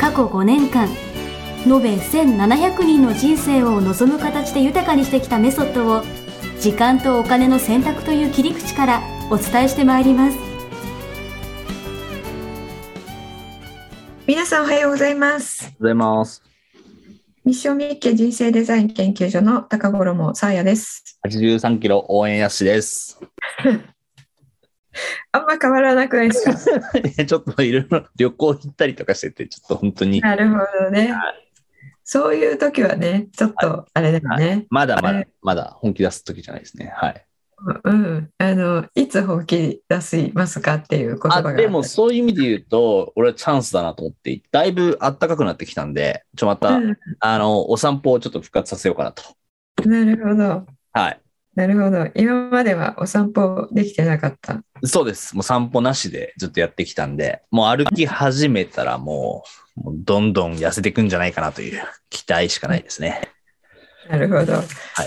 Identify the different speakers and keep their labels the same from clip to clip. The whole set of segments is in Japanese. Speaker 1: 過去5年間延べ1700人の人生を望む形で豊かにしてきたメソッドを時間とお金の選択という切り口からお伝えしてまいります
Speaker 2: 皆さんおはようございます。
Speaker 3: ございます。
Speaker 2: ミッションミッケ人生デザイン研究所の高頃もさあやです。
Speaker 3: 83キロ応援やしです。
Speaker 2: あんま変わらなくないですか
Speaker 3: ちょっといろいろ 旅行行ったりとかしてて、ちょっと本当に、
Speaker 2: なるほどね。そういう時はね、ちょっとあれだよね。
Speaker 3: まだま
Speaker 2: は
Speaker 3: だ
Speaker 2: い、
Speaker 3: まだ本気出す時じゃないですね。はい。
Speaker 2: うん。あの、いつ本気出しますかっていう言葉
Speaker 3: あ、
Speaker 2: が。
Speaker 3: でもそういう意味で言うと、俺はチャンスだなと思って、だいぶ暖かくなってきたんで、ちょまた、
Speaker 2: うん
Speaker 3: あの、お散歩をちょっと復活させようかなと。
Speaker 2: なるほど。
Speaker 3: はい。
Speaker 2: なるほど。今まではお散歩できてなかった。
Speaker 3: そうです。もう散歩なしでずっとやってきたんで、もう歩き始めたらもう、もうどんどん痩せていくんじゃないかなという期待しかないですね。
Speaker 2: なるほど。
Speaker 3: い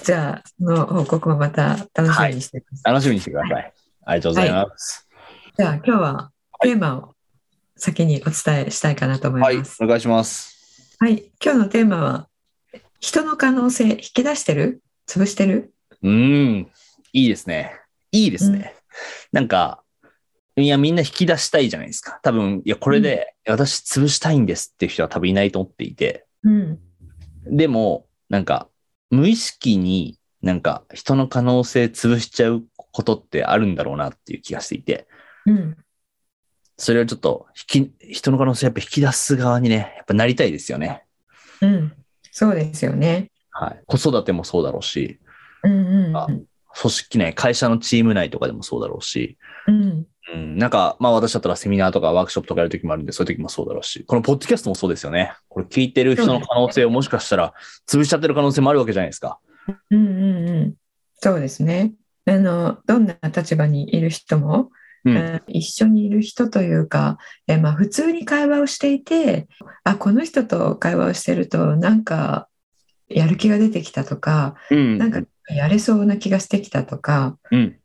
Speaker 2: じゃあ、その報告もまた楽しみにしてください。
Speaker 3: 楽しみにしてください。ありがとうございます。
Speaker 2: じゃあ、今日はテーマを先にお伝えしたいかなと思います。
Speaker 3: はい、お願いします。
Speaker 2: はい、今日のテーマは人の可能性引き出してる潰してる
Speaker 3: うーん、いいですね。いいですね。なんか、いや、みんな引き出したいじゃないですか。多分、いや、これで、私潰したいんですっていう人は多分いないと思っていて。
Speaker 2: うん
Speaker 3: でも、なんか、無意識になんか人の可能性潰しちゃうことってあるんだろうなっていう気がしていて、
Speaker 2: うん
Speaker 3: それをちょっと引き、人の可能性やっぱ引き出す側にね、やっぱなりたいですよね。
Speaker 2: うんそうですよね
Speaker 3: はい。子育てもそうだろうし、
Speaker 2: うんうん
Speaker 3: あ組織内、会社のチーム内とかでもそうだろうし、
Speaker 2: うん
Speaker 3: うん、なんか、まあ私だったらセミナーとかワークショップとかやるときもあるんで、そういうときもそうだろうし、このポッドキャストもそうですよね。これ聞いてる人の可能性をもしかしたら潰しちゃってる可能性もあるわけじゃないですか。
Speaker 2: うんうんうんそうですねあのどんな立場にいる人も、
Speaker 3: うん
Speaker 2: あ一緒にいる人というか、えまあ、普通に会話をしていてあこの人と会話をしてるとなんかやる気が出てきたとか
Speaker 3: うん
Speaker 2: なんかやれそうな気がしてきたとか
Speaker 3: うん。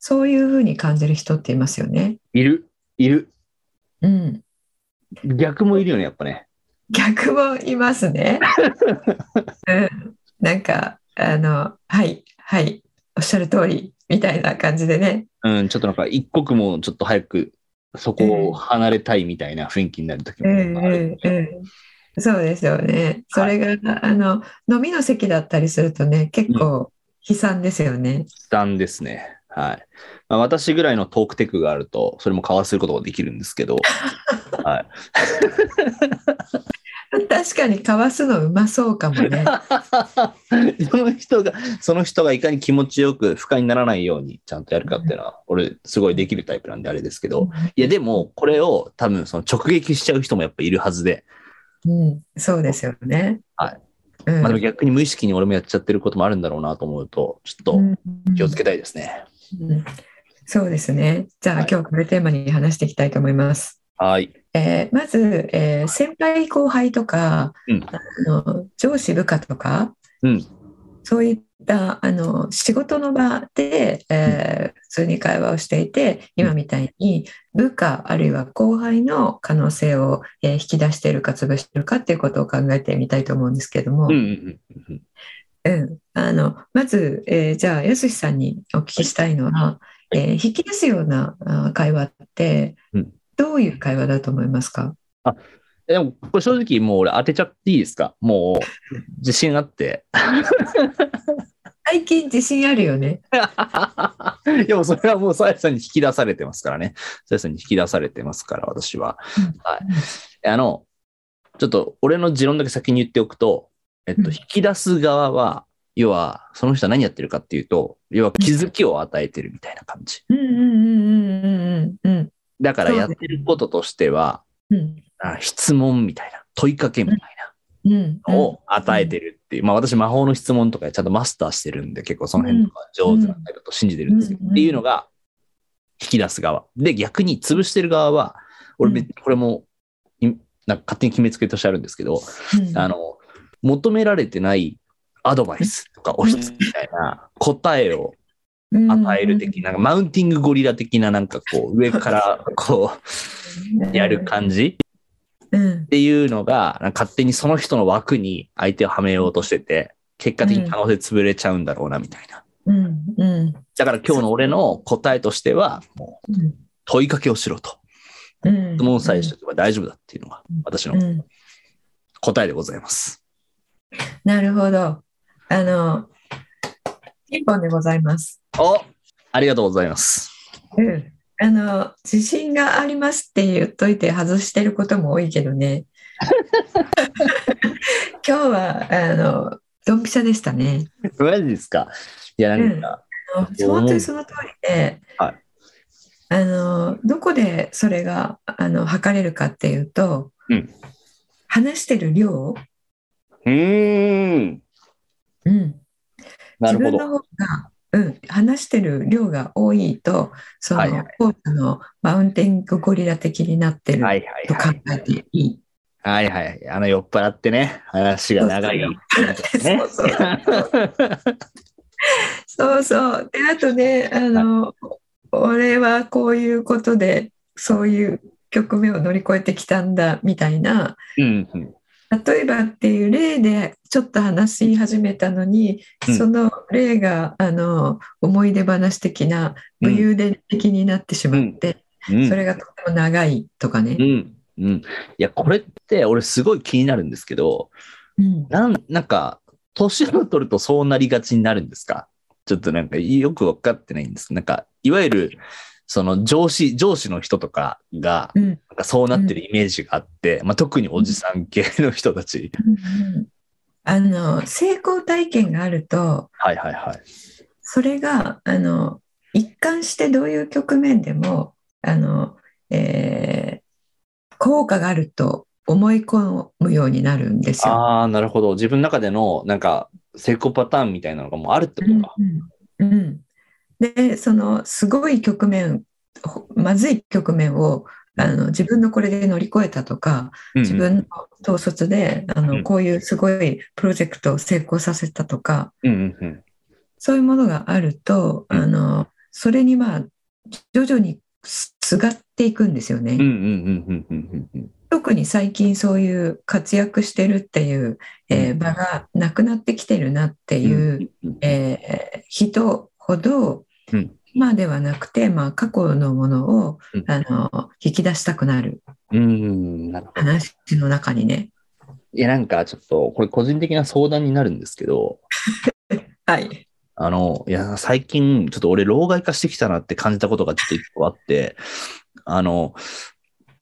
Speaker 2: そういうふうに感じる人っていますよね。
Speaker 3: いる。いる。
Speaker 2: うん
Speaker 3: 逆もいるよね、やっぱね。
Speaker 2: 逆もいます ね。うん、なんかあのはいはいおっしゃる通りみたいな感じでね。
Speaker 3: うん、ちょっとなんか一刻もちょっと早くそこを離れたいみたいな雰囲気になるとき
Speaker 2: う
Speaker 3: も
Speaker 2: ん
Speaker 3: ある。
Speaker 2: うんうん、そうですよね。それが、あの飲みの席だったりするとね結構悲惨ですよね。
Speaker 3: 負担ですね。はい。まあ、私ぐらいのトークテクがあると、それもかわすことができるんです けど、はい。
Speaker 2: 確かにかわすのうまそうかも ね。
Speaker 3: その人が、その人がいかに気持ちよく不快にならないようにちゃんとやるかっていうのは、俺、すごいできるタイプなんであれですけど、いや、でも、これを多分、その直撃しちゃう人もやっぱいるはずで、
Speaker 2: うん、そうですよね。
Speaker 3: はい
Speaker 2: うん。
Speaker 3: まあ、でも逆に無意識に俺もやっちゃってることもあるんだろうなと思うと、ちょっと
Speaker 2: うん
Speaker 3: 気をつけたいですね。
Speaker 2: うんそうですね。じゃあ、
Speaker 3: はい
Speaker 2: 今日これテーマに話していきたいと思います。
Speaker 3: はい。
Speaker 2: えーまず、えー先輩後輩とか、
Speaker 3: うん
Speaker 2: あの上司部下とか
Speaker 3: うん。
Speaker 2: そういったあの仕事の場で、えー普通に会話をしていて今みたいに部下あるいは後輩の可能性を、えー引き出しているか潰しているかっていうことを考えてみたいと思うんですけども、
Speaker 3: うんうんうん。
Speaker 2: うんあのまず、えーじゃあやすしさんにお聞きしたいのは、えー引き出すようなあー会話って
Speaker 3: うん
Speaker 2: どういう会話だと思いますか、
Speaker 3: えでも、これ正直もう俺当てちゃっていいですかもう、自信あって。
Speaker 2: 最近自信あるよね。
Speaker 3: でもそれはもうさやさんに引き出されてますからね。さやさんに引き出されてますから、私は。あの、ちょっと俺の持論だけ先に言っておくと、えっ
Speaker 2: うん
Speaker 3: と、引き出す側は、要は、その人は何やってるかっていうと、要は気づきを与えてるみたいな感じ。
Speaker 2: うんうんうんうんうんうん
Speaker 3: だから
Speaker 2: そう
Speaker 3: や
Speaker 2: だ
Speaker 3: っ
Speaker 2: ね
Speaker 3: てることとしては、
Speaker 2: うん
Speaker 3: あ質問みたいな。問いかけみたい
Speaker 2: うん
Speaker 3: なのを与えてるっていう。まあ私魔法の質問とかちゃんとマスターしてるんで結構その辺とか上手なんだと信じてるんですけど、
Speaker 2: うん
Speaker 3: っていうのが引き出す側。で逆に潰してる側は、俺め
Speaker 2: うん
Speaker 3: これもいなんか勝手に決めつけとしてあるんですけど、
Speaker 2: うん
Speaker 3: あの、求められてないアドバイスとか押し付けみたいな答えを
Speaker 2: うん
Speaker 3: 与える的な、なんかマウンティングゴリラ的ななんかこう上からこうやる感じ
Speaker 2: うん
Speaker 3: っていうのが、なんか勝手にその人の枠に相手をはめようとしてて、結果的に可能性潰れちゃうんだろうなみたいな。
Speaker 2: うんうん
Speaker 3: だから今日の俺の答えとしては、もう
Speaker 2: うん
Speaker 3: 問いかけをしろと。
Speaker 2: うん
Speaker 3: 質問さえしとけば大丈夫だっていうのが私
Speaker 2: う
Speaker 3: の
Speaker 2: ん
Speaker 3: 答えでございます。
Speaker 2: なるほどあの一本でございます、
Speaker 3: おありがとうございます。
Speaker 2: うん、あの自信がありますって言っといて外してることも多いけど ね今日はあのドンピシャでしたね
Speaker 3: マジですかいや、なんか、
Speaker 2: あの本当にその通りで、
Speaker 3: は
Speaker 2: あのどこでそれがあの測れるかっていうと、
Speaker 3: うん
Speaker 2: 話してる量、
Speaker 3: うーん。
Speaker 2: うん、
Speaker 3: な
Speaker 2: 自
Speaker 3: るほ
Speaker 2: 分
Speaker 3: ど。
Speaker 2: の方が、うん、話してる量が多いとその、
Speaker 3: はいはい
Speaker 2: コーチのマウンテングゴリラ的になってる
Speaker 3: はいはい
Speaker 2: と考
Speaker 3: はい。
Speaker 2: えていい。
Speaker 3: はいはい。あの酔っ払ってね、話が長い。ね
Speaker 2: そうそうそうそう。で、あとね、あの、俺はこういうことで、そういう局面を乗り越えてきたんだ、みたいな、
Speaker 3: うんうん。
Speaker 2: 例えばっていう例で、ちょっと話し始めたのに
Speaker 3: うん、
Speaker 2: その例が、あの、思い出話的な、
Speaker 3: う
Speaker 2: 武
Speaker 3: ん
Speaker 2: 勇伝的になってしまって、
Speaker 3: うん
Speaker 2: それがとても長いとか
Speaker 3: う
Speaker 2: ね。
Speaker 3: ん。うん。いや、これって俺すごい気になるんですけど、
Speaker 2: うん
Speaker 3: なん、なんか、年を取るとそうなりがちになるんですかちょっとなんかよく分かってないんですなんか、いわゆる、その上司、上司の人とかが、
Speaker 2: うん
Speaker 3: なんかそうなってるイメージがあって、まあ、特におじさん系の人たち。
Speaker 2: あの、成功体験があると、
Speaker 3: はいはいはい。
Speaker 2: それがあの一貫してどういう局面でもあの、えー効果があると思い込むようになるんですよ。
Speaker 3: ああ、なるほど。自分の中での、なんか、成功パターンみたいなのがもうあるってことか。
Speaker 2: うんうんでそのすごい局面ほまずい局面をあの自分のこれで乗り越えたとか
Speaker 3: うん
Speaker 2: 自分の統率であ
Speaker 3: うん
Speaker 2: のこういうすごいプロジェクトを成功させたとか、
Speaker 3: うんうんうん。
Speaker 2: そういうものがあると、
Speaker 3: うん
Speaker 2: あのそれにまあ徐々にすすがっていくんですよね、
Speaker 3: うんうんうんうんうんうん
Speaker 2: 特に最近そういう活躍してるっていう、えー
Speaker 3: うん
Speaker 2: 場がなくなってきてるなって
Speaker 3: うん。
Speaker 2: いう、
Speaker 3: うんうん
Speaker 2: えー人ほど、
Speaker 3: うん
Speaker 2: 今ではなくて、まあ、過去のものを、
Speaker 3: うん
Speaker 2: あの引き出したくなる
Speaker 3: うん、なるほど。
Speaker 2: 話の中にね。
Speaker 3: いや、なんかちょっと、これ個人的な相談になるんですけど、
Speaker 2: はい、
Speaker 3: あの、いや、最近、ちょっと俺、老害化してきたなって感じたことがちょっと一個あって、あの、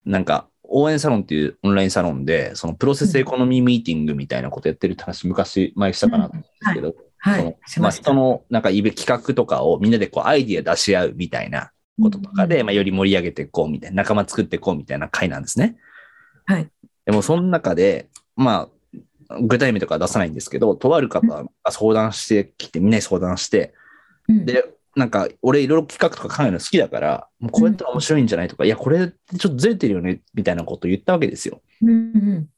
Speaker 3: なんか、応援サロンっていうオンラインサロンで、そのプロセスエコノミーミーティングみたいなことやってるって話、昔、前したかなと思うんですけど、
Speaker 2: は
Speaker 3: そ
Speaker 2: い
Speaker 3: の、
Speaker 2: し
Speaker 3: まあ、
Speaker 2: ました
Speaker 3: 人のなんかイベ企画とかをみんなでこうアイディア出し合うみたいなこととかで、まあ、より盛り上げていこうみたいな、仲間作っていこうみたいな会なんですね。
Speaker 2: はい。
Speaker 3: でも、その中で、まあ、具体名とかは出さないんですけど、とある方が相談してきて、みんなに相談して、
Speaker 2: うん
Speaker 3: で、なんか、俺いろいろ企画とか考えるの好きだから、もうこうやったら面白いんじゃないとか、いや、これちょっとずれてるよね、みたいなことを言ったわけですよ。
Speaker 2: うんうん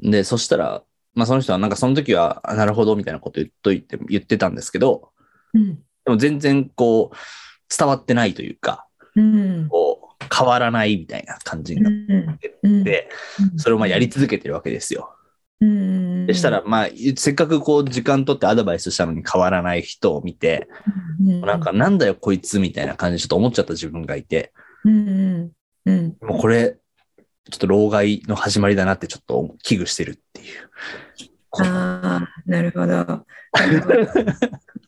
Speaker 3: で、そしたら、まあ、その人はなんかその時は、あなるほど、みたいなこと言っといて、言ってたんですけど、
Speaker 2: うん
Speaker 3: でも全然こう、伝わってないというか、
Speaker 2: うん
Speaker 3: こう、変わらないみたいな感じになっ
Speaker 2: うん
Speaker 3: て、それをまあやり続けてるわけですよ。
Speaker 2: うん
Speaker 3: でしたら、まあ、せっかくこう、時間取ってアドバイスしたのに変わらない人を見て、なんか、なんだよこいつみたいな感じでちょっと思っちゃった自分がいて、
Speaker 2: うんうんうん、
Speaker 3: もうこれ、ちょっと老害の始まりだなってちょっと危惧してるっ ていう。こう
Speaker 2: ああなるほど。なるほど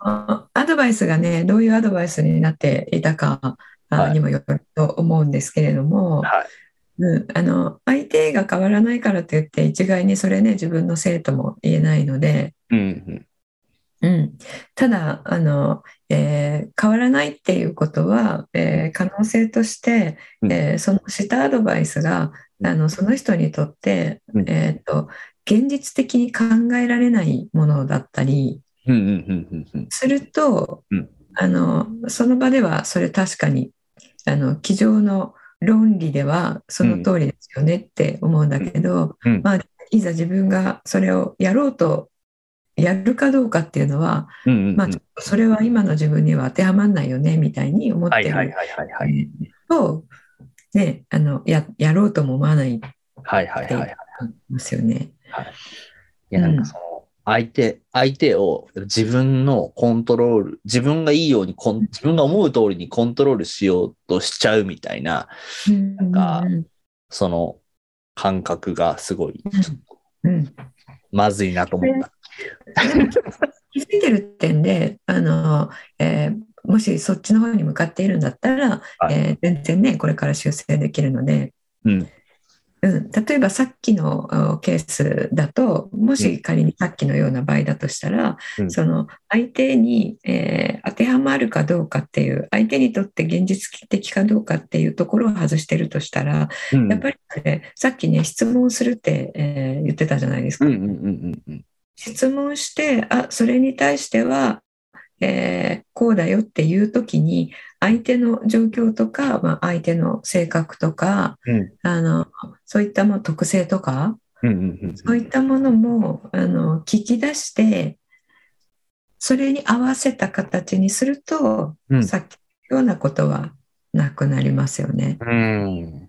Speaker 2: あ アドバイスがねどういうアドバイスになっていたかあ
Speaker 3: はい
Speaker 2: にもよると思うんですけれども、
Speaker 3: はい
Speaker 2: うん、あの相手が変わらないからといって一概にそれね自分のせいとも言えないので、
Speaker 3: うん
Speaker 2: うん、ただあの、えー変わらないっていうことは、えー可能性として、えーそのしたアドバイスがあのその人にとって、
Speaker 3: うん
Speaker 2: えー、と現実的に考えられないものだったり
Speaker 3: うんうんうんうんうん。
Speaker 2: すると、
Speaker 3: うん
Speaker 2: あのその場ではそれ確かにあの机上の論理ではその通りですよねって思うんだけど、
Speaker 3: うんうん
Speaker 2: まあ、いざ自分がそれをやろうとやるかどうかっていうのは、
Speaker 3: うんうんうん
Speaker 2: まあ、ちょっとそれは今の自分には当てはまんないよねみたいに思っ
Speaker 3: は
Speaker 2: て
Speaker 3: い
Speaker 2: る
Speaker 3: はいはいはいはい。
Speaker 2: と、ね、あのややろうとも思わない
Speaker 3: はいはいはいはい。
Speaker 2: ますよね。
Speaker 3: いや、
Speaker 2: う
Speaker 3: なんんかその、相手、相手を自分のコントロール、自分がいいようにコン、自分が思う通りにコントロールしようとしちゃうみたいな、
Speaker 2: なん
Speaker 3: かその感覚がすごい、ちょっと
Speaker 2: うん、
Speaker 3: まずいなと思った。
Speaker 2: 気づいてる点であの、えーもしそっちの方に向かっているんだったら、
Speaker 3: はい
Speaker 2: えー全然ねこれから修正できるので、
Speaker 3: うん。
Speaker 2: うん、例えばさっきのおケースだともし仮にさっきのような場合だとしたら、
Speaker 3: うん
Speaker 2: その相手に、えー当てはまるかどうかっていう相手にとって現実的かどうかっていうところを外してるとしたら、
Speaker 3: うん
Speaker 2: やっぱりそれさっきね質問するって、えー言ってたじゃないですか。
Speaker 3: うんうんうんうん
Speaker 2: 質問してあそれに対しては、えーこうだよっていう時に相手の状況とか、まあ、相手の性格とか
Speaker 3: うん。
Speaker 2: あのそういったもの特性とか
Speaker 3: うんうんうん
Speaker 2: そういったものもあの聞き出してそれに合わせた形にすると、
Speaker 3: うん
Speaker 2: さっきのようなことはなくなりますよね。
Speaker 3: うん。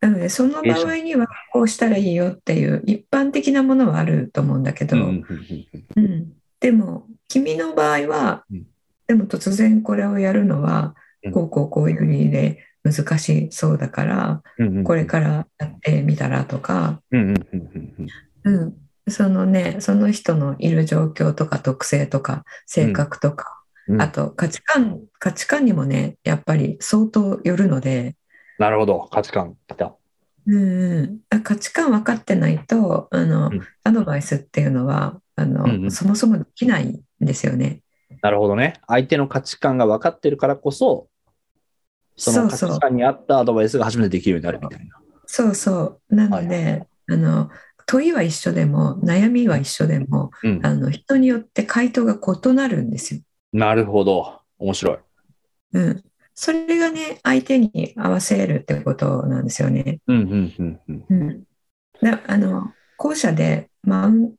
Speaker 2: なのでその場合にはこうしたらいいよっていう一般的なものはあると思うんだけど。
Speaker 3: うんうんうんうん
Speaker 2: うん、でも君の場合は、
Speaker 3: うん
Speaker 2: でも突然これをやるのは、
Speaker 3: うん
Speaker 2: こうこうこういう理由で難しそうだから、
Speaker 3: うんうん
Speaker 2: これからやってみたらとか、
Speaker 3: うんうんうんうんうん
Speaker 2: うん、そのねその人のいる状況とか特性とか性格とか、
Speaker 3: うん
Speaker 2: あと価値観価値観にもねやっぱり相当よるので、
Speaker 3: なるほど、価値観きた。
Speaker 2: うんうん、価値観分かってないとあの、
Speaker 3: うん
Speaker 2: アドバイスっていうのはあの、
Speaker 3: うんうん
Speaker 2: そもそもできないんですよね。
Speaker 3: なるほどね。相手の価値観が分かってるからこそ、その価
Speaker 2: そうそ
Speaker 3: 値
Speaker 2: う
Speaker 3: 観に合ったアドバイスが初めてできるようになるみたいな。
Speaker 2: そうそう。なので、
Speaker 3: はい
Speaker 2: あの問いは一緒でも悩みは一緒でも
Speaker 3: うん
Speaker 2: あの人によって回答が異なるんですよ。
Speaker 3: なるほど。面白い。
Speaker 2: うん、それがね相手に合わせるってことなんですよね。
Speaker 3: うんうんうんうん
Speaker 2: うん、だあの後者でマウン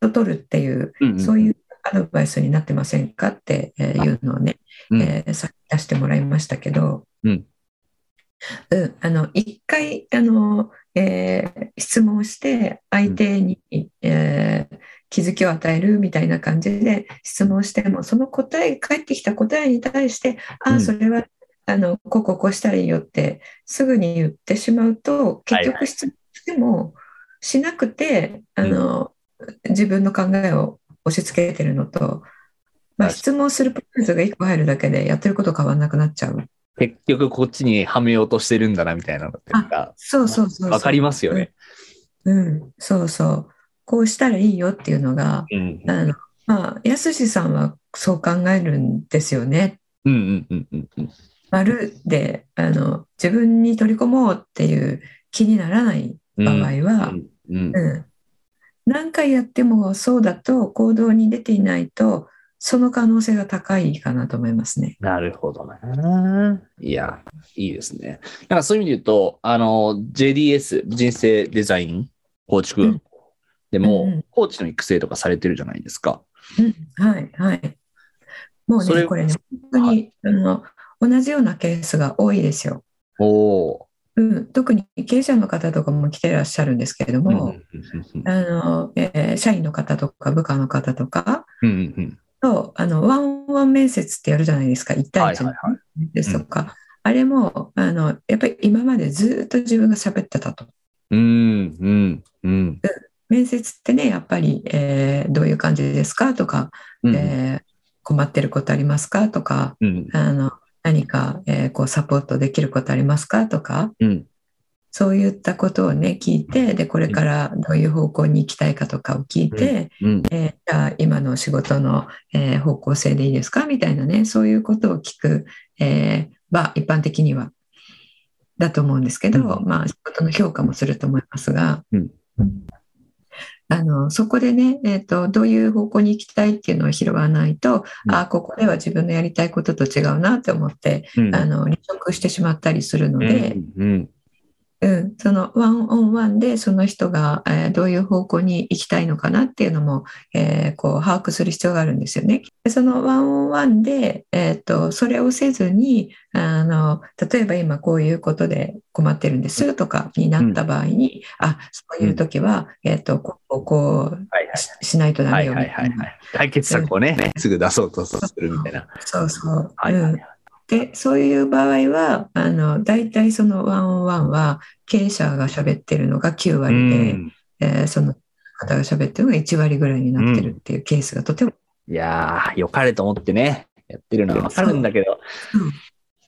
Speaker 2: ト取るっていう
Speaker 3: うんうん。
Speaker 2: そういうアドバイスになってませんかってえーいうのをね
Speaker 3: うん
Speaker 2: えーさっき出してもらいましたけど、
Speaker 3: うん
Speaker 2: うんあの一回あの、えー質問して相手に、えー気づきを与えるみたいな感じで質問してもその答え返ってきた答えに対して、あ
Speaker 3: う
Speaker 2: あ
Speaker 3: ん
Speaker 2: それはあのこうこうこうしたらいいよってすぐに言ってしまうと
Speaker 3: はいはい
Speaker 2: 結局質問してもしなくて、あの自分の考えを押し付けてるのと、まあ、
Speaker 3: 確かに
Speaker 2: 質問するポイントが1個入るだけでやってること変わらなくなっちゃう。
Speaker 3: 結局こっちにはめようとしてるんだなみたいなのってなんか
Speaker 2: そうそうそうそう。
Speaker 3: 分かりますよね。
Speaker 2: うん、そうそう。こうしたらいいよっていうのが、
Speaker 3: うん
Speaker 2: あのまあ、やすしさんはそう考えるんですよね。
Speaker 3: うんうんうんうんうん。
Speaker 2: まるであの自分に取り込もうっていう気にならない場合は、
Speaker 3: うん
Speaker 2: うん、何回やってもそうだと行動に出ていないとその可能性が高いかなと思いますね。
Speaker 3: なるほどね。いや、いいですね。なんかそういう意味で言うと、あの、JDS、人生デザイン構築学校でも、
Speaker 2: うんうん
Speaker 3: コーチの育成とかされてるじゃないですか。
Speaker 2: はいはい。もう
Speaker 3: そ
Speaker 2: ね
Speaker 3: れ
Speaker 2: これね本当
Speaker 3: は
Speaker 2: に、あの同じようなケースが多いですよ。
Speaker 3: お
Speaker 2: うん、特に経営者の方とかも来てらっしゃるんですけれど
Speaker 3: ー。うん
Speaker 2: も、あのえー社員の方とか部下の方とか
Speaker 3: うんうんうん
Speaker 2: とあのワンオンワン面接ってやるじゃないですか1対1
Speaker 3: はいはいは
Speaker 2: の面接とか、あれもあのやっぱり今までずっと自分が喋ってたと。
Speaker 3: うんうんうん
Speaker 2: 面接ってねやっぱり、えーどういう感じですかとか、
Speaker 3: うん
Speaker 2: えー困ってることありますかとか
Speaker 3: うん
Speaker 2: あの何か、えーこうサポートできることありますかとか
Speaker 3: うん
Speaker 2: そういったことをね聞いてでこれからどういう方向に行きたいかとかを聞いて、
Speaker 3: うん
Speaker 2: えーじゃあ今の仕事の、えー方向性でいいですかみたいなねそういうことを聞く、えー場一般的にはだと思うんですけど、
Speaker 3: うん
Speaker 2: まあ、仕事の評価もすると思いますが、
Speaker 3: うん
Speaker 2: あのそこでね、えーと、どういう方向に行きたいっていうのを拾わないと、
Speaker 3: うん
Speaker 2: ああ、ここでは自分のやりたいことと違うなって思って、
Speaker 3: うん
Speaker 2: あの離職してしまったりするの
Speaker 3: う
Speaker 2: で、
Speaker 3: んうん
Speaker 2: うんそのワンオンワンでその人が、えーどういう方向に行きたいのかなっていうのも、えーこう把握する必要があるんですよね。でそのワンオンワンで、えー、とそれをせずにあの例えば今こういうことで困ってるんですとかになった場合に、あそういう時は、えー、とこうこう
Speaker 3: はいはい
Speaker 2: ししないとダ
Speaker 3: は
Speaker 2: メ
Speaker 3: い
Speaker 2: よみ
Speaker 3: は
Speaker 2: た
Speaker 3: い
Speaker 2: いな。
Speaker 3: はいはい。解決策をね、すぐ出そうとするみたいな。
Speaker 2: そうそう。
Speaker 3: はい
Speaker 2: うん
Speaker 3: はいはい。
Speaker 2: でそういう場合はあの大体そのワンオンワンは経営者が喋ってるのが9
Speaker 3: う
Speaker 2: 割で、
Speaker 3: ん
Speaker 2: えーその方が喋ってるのが1割ぐらいになってるっていうケースがとても
Speaker 3: いやー、良かれと思ってね、やってるのはわかるんだけど。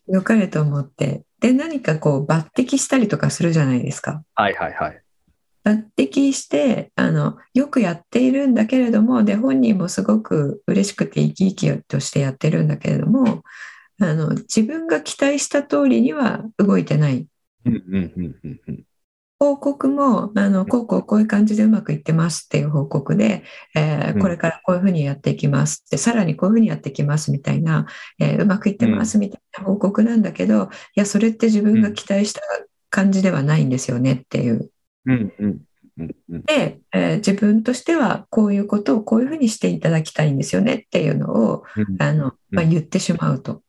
Speaker 2: 良かれと思ってで何かこう抜擢したりとかするじゃないですか。
Speaker 3: はいはいはい。
Speaker 2: 抜擢してあのよくやっているんだけれどもで本人もすごく嬉しくて生き生きとしてやってるんだけれどもあの自分が期待した通りには動いてない
Speaker 3: うんうんうんうんうん。
Speaker 2: 報告もあのこうこうこういう感じでうまくいってますっていう報告で、えー
Speaker 3: うん
Speaker 2: これからこういうふうにやっていきますってさらにこういうふうにやっていきますみたいな、えーうまくいってますみたいな報告なんだけど、いやそれって自分が期待した感じではないんですよねっていう。
Speaker 3: うんうんうんうん。
Speaker 2: で、えー自分としてはこういうことをこういうふうにしていただきたいんですよねっていうのをあの、まあ、言ってしまうと。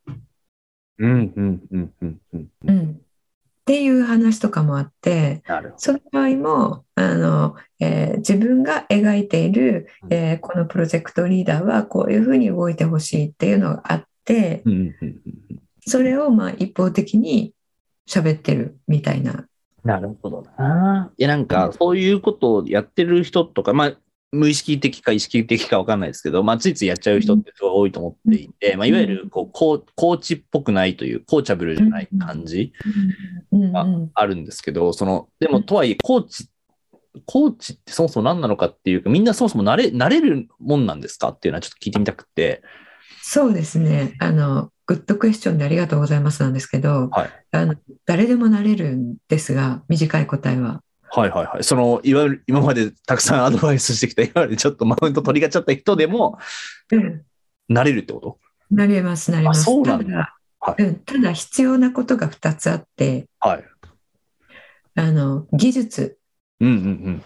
Speaker 3: うんうんうんうんうん。
Speaker 2: うん、っていう話とかもあって。
Speaker 3: なるほど。
Speaker 2: その場合もあの、えー自分が描いている、えーこのプロジェクトリーダーはこういうふうに動いてほしいっていうのがあって
Speaker 3: うんうんうんうん
Speaker 2: それをまあ一方的に喋ってるみたいな。
Speaker 3: なるほどな。いや、なんか、そういうことをやってる人とか、まあ、無意識的か意識的かわかんないですけど、まあ、ついついやっちゃう人ってすごい多いと思っていて、まあ、いわゆるこうコー、コーチっぽくないという、コーチャブルじゃない感じ。
Speaker 2: うんうん
Speaker 3: ああるんですけど、その、でもとはいえ、コーチ、コーチってそもそも何なのかっていうか、みんなそもそもなれ、なれるもんなんですかっていうのはちょっと聞いてみたくて。
Speaker 2: そうですねあのグッドクエスチョンでありがとうございますなんですけど
Speaker 3: はい。
Speaker 2: あの誰でもなれるんですが短い答えは。
Speaker 3: はいはいはい。その、いわゆる今までたくさんアドバイスしてきた、いわゆるちょっとマウント取りがちゃった人でも、
Speaker 2: うん
Speaker 3: なれるってこと
Speaker 2: なれますなれます。
Speaker 3: あそうなんだ
Speaker 2: ただ、
Speaker 3: はい
Speaker 2: うんただ必要なことが2つあって
Speaker 3: はい。
Speaker 2: あの技術
Speaker 3: うんうん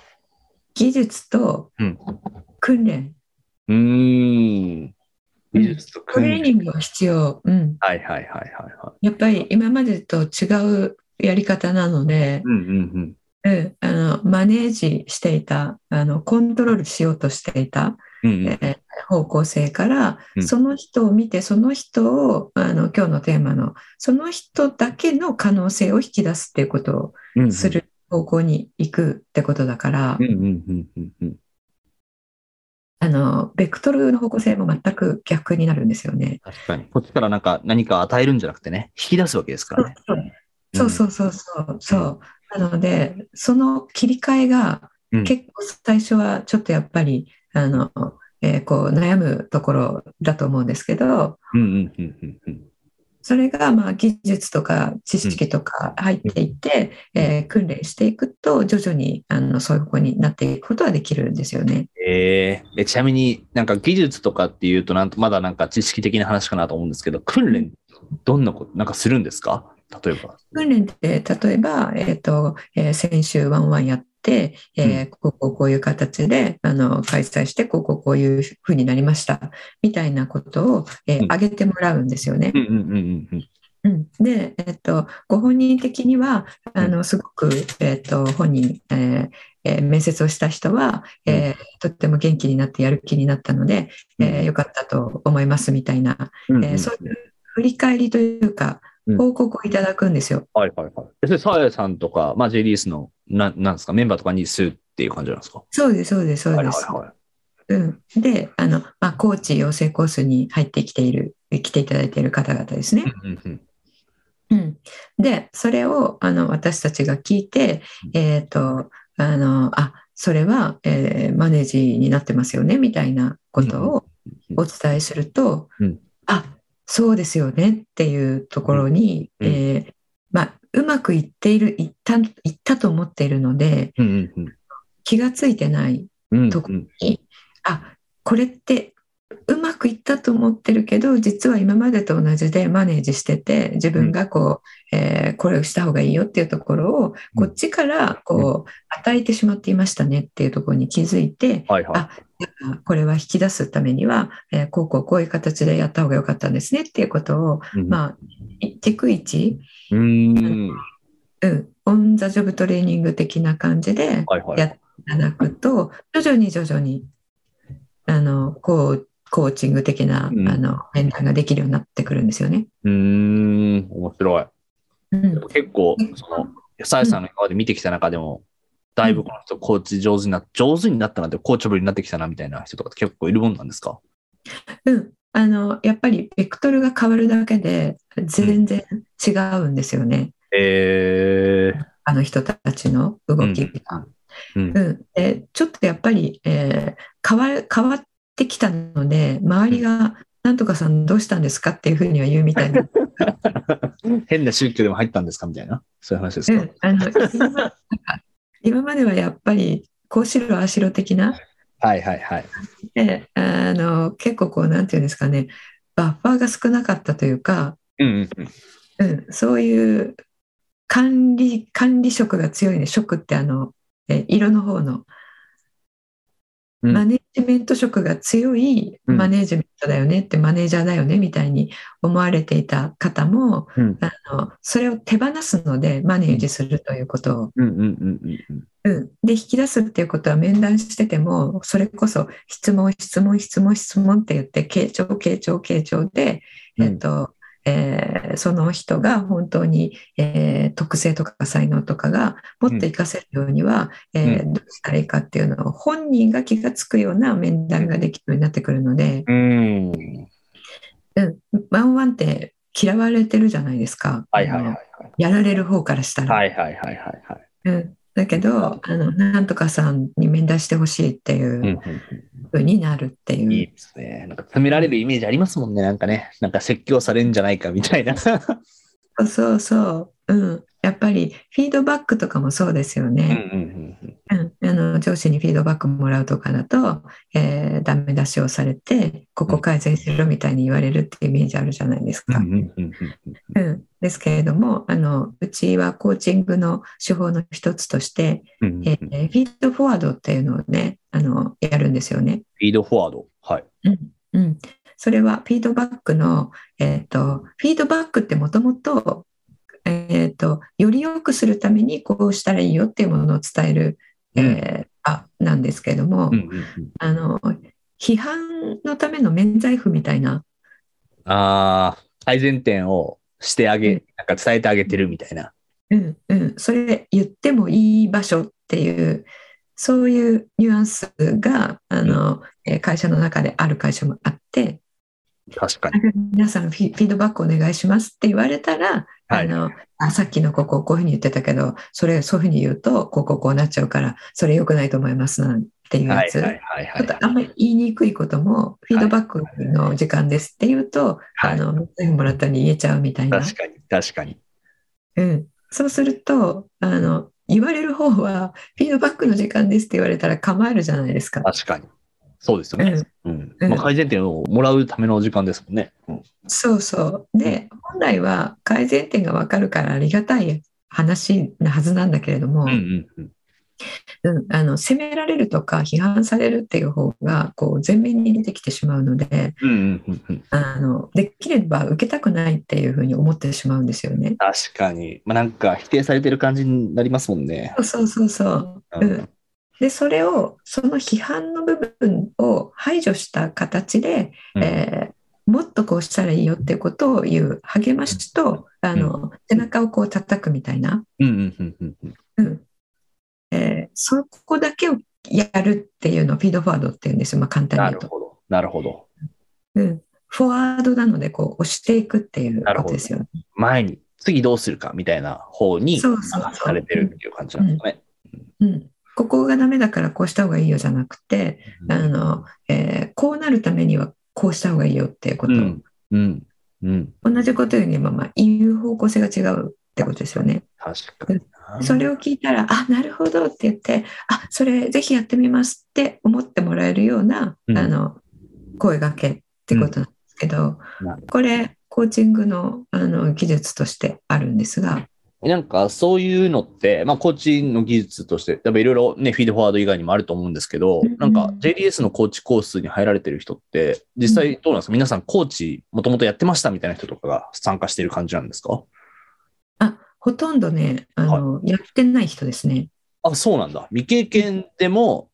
Speaker 2: 技術と
Speaker 3: うん
Speaker 2: 訓練、
Speaker 3: うん。うーん。技術と
Speaker 2: トレーニングは必要、うん、
Speaker 3: はいはいはいはいはい。
Speaker 2: やっぱり今までと違うやり方なので
Speaker 3: う、んうん
Speaker 2: うん、あのマネージしていたあのコントロールしようとしていた、
Speaker 3: うん。うん
Speaker 2: え
Speaker 3: うん。
Speaker 2: ー方向性から、
Speaker 3: うん
Speaker 2: その人を見てその人をあの今日のテーマのその人だけの可能性を引き出すっていうこと
Speaker 3: うんう
Speaker 2: を
Speaker 3: ん
Speaker 2: す。る方向に行くってことだから、
Speaker 3: うんうんうんうんうん。
Speaker 2: あのベクトルの方向性も全く逆になるんですよね。
Speaker 3: 確かに。こっちからなんか何か与えるんじゃなくてね、引き出すわけですからね。
Speaker 2: そうそうそうそうそう。なのでその切り替えが
Speaker 3: うん
Speaker 2: 結構最初はちょっとやっぱりあの、えーこう悩むところだと思うんですけど
Speaker 3: うんうんうんうんうん。
Speaker 2: それがまあ技術とか知識とか入っていって、えー訓練していくと徐々にあのそういう子になっていくことはできるんですよね。
Speaker 3: えええちなみになんか技術とかっていうとなんとまだなんか知識的な話かなと思うんですけど訓練どんなことなんかするんですか例えば。
Speaker 2: 訓練って例えば、えーとえー先週ワンワンやって、えーこうこうこういう形であの開催してこうこうこういうふうになりましたみたいなことを、え
Speaker 3: うん
Speaker 2: ー上げてもらうんですよね。
Speaker 3: うんうんうんうん
Speaker 2: うんで、えーと、ご本人的にはあのすごく、えー、と本人、えーえー面接をした人は、えーとっても元気になってやる気になったので、えーよかったと思いますみたいな、
Speaker 3: うん。
Speaker 2: えーそういう振り返りというか
Speaker 3: うん
Speaker 2: 報告をいただくんですよ。
Speaker 3: はいはいはい。えそれ、サーヤさんとか、まあ、J リースの、なん、なんですか、メンバーとかにするっていう感じなんですか
Speaker 2: そうです、そうです、そ
Speaker 3: は
Speaker 2: う
Speaker 3: い
Speaker 2: で
Speaker 3: はい
Speaker 2: す。
Speaker 3: は
Speaker 2: うん、で、あの、まあ、コーチ養成コースに入ってきている、来ていただいている方々ですね
Speaker 3: い。。うんうん
Speaker 2: うん、で、それを、あの、私たちが聞いて、えっ、と、あの、あ、それは、えーマネージになってますよね、みたいなことを
Speaker 3: うん
Speaker 2: お伝えすると、
Speaker 3: うん
Speaker 2: あ、そうですよねっていうところに、
Speaker 3: うんうん
Speaker 2: えーまあ、うまくいっているいったいったと思っているので
Speaker 3: うんうん
Speaker 2: 気がついてない
Speaker 3: うん。
Speaker 2: ところに、あこれってうまくいったと思ってるけど実は今までと同じでマネージしてて自分がこう、えーこれをした方がいいよっていうところをこっちからこう与えてしまっていましたねっていうところに気づいて
Speaker 3: はいはい。
Speaker 2: あこれは引き出すためには、えーこうこうこういう形でやった方が良かったんですねっていうことを、
Speaker 3: あ、
Speaker 2: まあ逐一、
Speaker 3: うん。
Speaker 2: うん、オン・ザ・ジョブトレーニング的な感じで
Speaker 3: はいはい。
Speaker 2: やっていただくと徐々に徐々にあのこうコーチング的な、
Speaker 3: うん
Speaker 2: あの面談ができるようになってくるんですよね。
Speaker 3: うーん、面白い。
Speaker 2: うん
Speaker 3: でも結構、その、さやさんの今まで見てきた中でも、だいぶこの人、コーチ上手になっ上手になったなって、コーチぶりになってきたなみたいな人とかって結構いるもんなんですか
Speaker 2: うん、あのやっぱりベクトルが変わるだけで全然違うんですよね、
Speaker 3: ええ
Speaker 2: あの人たちの動きが。
Speaker 3: うん
Speaker 2: う。んでちょっとやっぱり、えー変わる変わってきたので周りが「なんとかさんどうしたんですか?」っていうふうには言うみたいな
Speaker 3: 変な宗教でも入ったんですかみたいな、そういう話ですか。
Speaker 2: うんあの今まで今まではやっぱりこうしろああしろ的な
Speaker 3: はいはいはい。
Speaker 2: であの結構こうなんていうんですかねバッファーが少なかったというか、
Speaker 3: うんうんうん。
Speaker 2: うん、そういう管理管理職が強いね職ってあのえ色の方の
Speaker 3: うん
Speaker 2: マネジメント職が強い
Speaker 3: うん
Speaker 2: マネジメントだよねって、マネージャーだよねみたいに思われていた方も
Speaker 3: うん
Speaker 2: あのそれを手放すのでマネージするということを
Speaker 3: うんうんうんうん
Speaker 2: うん、で引き出すっていうことは面談しててもそれこそ質問質問質問質問って言って傾聴傾聴傾聴で、
Speaker 3: うん
Speaker 2: えっとえーその人が本当に、えー特性とか才能とかがもっと活かせるようには、えーどうしたらいいかっていうのを本人が気がつくような面談ができるようになってくるので、
Speaker 3: うん。うん。
Speaker 2: うん、ワンワンって嫌われてるじゃないですか、
Speaker 3: はいはい
Speaker 2: あ
Speaker 3: はい
Speaker 2: のやられる方からしたら。
Speaker 3: はい。はいはいはいはいはい。
Speaker 2: うん、だけどあのなんとかさんに面談してほしいっていううん
Speaker 3: うん
Speaker 2: ふうになるっていうう、
Speaker 3: んいいですね。なんか詰められるイメージありますもんね。なんかね。なんか説教されんじゃないかみたいな。
Speaker 2: そうそうそう、うん、やっぱりフィードバックとかもそうですよ
Speaker 3: うんう
Speaker 2: ね、
Speaker 3: んうん
Speaker 2: うんあの上司にフィードバックもらうとかだと、えーダメ出しをされてここ改善しろみたいに言われるっていうイメージあるじゃないです
Speaker 3: うん
Speaker 2: か、
Speaker 3: うんうんうん
Speaker 2: うん、ですけれどもあのうちはコーチングの手法の一つとして、
Speaker 3: うんうん
Speaker 2: えーフィードフォワードっていうのをねあのやるんですよね。
Speaker 3: フィードフォワード。はい。
Speaker 2: うん、それはフィードバックの、えー、とフィードバックってもともと,、えー、とより良くするためにこうしたらいいよっていうものを伝える、えーあなんですけども、
Speaker 3: うんうんうん
Speaker 2: あの批判のための免罪符みたいな、
Speaker 3: ああ、改善点をしてあげ、なんか伝えてあげてるみたいな。
Speaker 2: うんうん、それ言ってもいい場所っていうそういうニュアンスがあの、えー会社の中である会社もあって
Speaker 3: 確かに。
Speaker 2: 皆さんフィフィードバックお願いしますって言われたら
Speaker 3: は
Speaker 2: あ。
Speaker 3: い
Speaker 2: のあさっきのこここういうふうに言ってたけどそれそういうふうに言うとこうこうこうなっちゃうからそれ良くないと思いますなんていう
Speaker 3: は
Speaker 2: や
Speaker 3: い
Speaker 2: つ、
Speaker 3: はいはいは
Speaker 2: ちょっとあんまり言いにくいこともフィードバックの時間ですって言うと、
Speaker 3: はい
Speaker 2: あのメッセージもらったに言えちゃうみたい
Speaker 3: い。
Speaker 2: な、
Speaker 3: 確かに、確かに。
Speaker 2: うん、そうするとあの言われる方はフィードバックの時間ですって言われたら構えるじゃないですか。
Speaker 3: 確かに。そうですよね。うん。
Speaker 2: うん
Speaker 3: まあ、改善点をもらうための時間ですもんね。うん
Speaker 2: そうそう。で、本来は改善点が分かるからありがたい話なはずなんだけれども、
Speaker 3: うんうんうん。
Speaker 2: うん、あの責められるとか批判されるっていう方がこう前面に出てきてしまうので
Speaker 3: うんうんうんうん。
Speaker 2: あのできれば受けたくないっていうふうに思ってしまうんですよね。
Speaker 3: 確かに。まあ、なんか否定されてる感じになりますもんね。
Speaker 2: そうそうそうう、うんん、でそれをその批判の部分を排除した形で、
Speaker 3: うん
Speaker 2: えーもっとこうしたらいいよっていうことを言う励ましとあの背中をこう叩くみたいな。
Speaker 3: うんうんうんうんうん。
Speaker 2: うんえーそこだけをやるっていうのをフィードフォワードっていうんですよ、まあ、簡単に
Speaker 3: な
Speaker 2: 言
Speaker 3: る
Speaker 2: うと。
Speaker 3: ほど。なるほど。
Speaker 2: うん、フォワードなのでこう押していくっていう
Speaker 3: なる
Speaker 2: こ
Speaker 3: ほ
Speaker 2: と
Speaker 3: ど
Speaker 2: ですよね。
Speaker 3: 前に、次どうするかみたいな方に、
Speaker 2: そうそうそう
Speaker 3: 流されてるっていう感じなんですかね。
Speaker 2: うん、ここがダメだからこうした方がいいよじゃなくて、あのえーこうなるためにはこうした方がいいよっていうこと、
Speaker 3: うん。うん。うん。
Speaker 2: 同じことよりもまあ言う方向性が違うってことですよね。
Speaker 3: 確かにな。
Speaker 2: それを聞いたら、あ、なるほどって言って、あ、それぜひやってみますって思ってもらえるような、
Speaker 3: うん
Speaker 2: あの、声掛けってことなんですけど、
Speaker 3: うんなる
Speaker 2: これ、コーチングのあの技術としてあるんですが、
Speaker 3: なんかそういうのって、まあ、コーチの技術として、多分いろいろね、フィードフォワード以外にもあると思うんですけど、
Speaker 2: うん
Speaker 3: なんか JDS のコーチコースに入られてる人って、実際どうなんですか、皆さんコーチ、もともとやってましたみたいな人とかが参加してる感じなんですか
Speaker 2: あ、ほとんどね、あの、やってない人ですね。
Speaker 3: あ、そうなんだ。未経験でも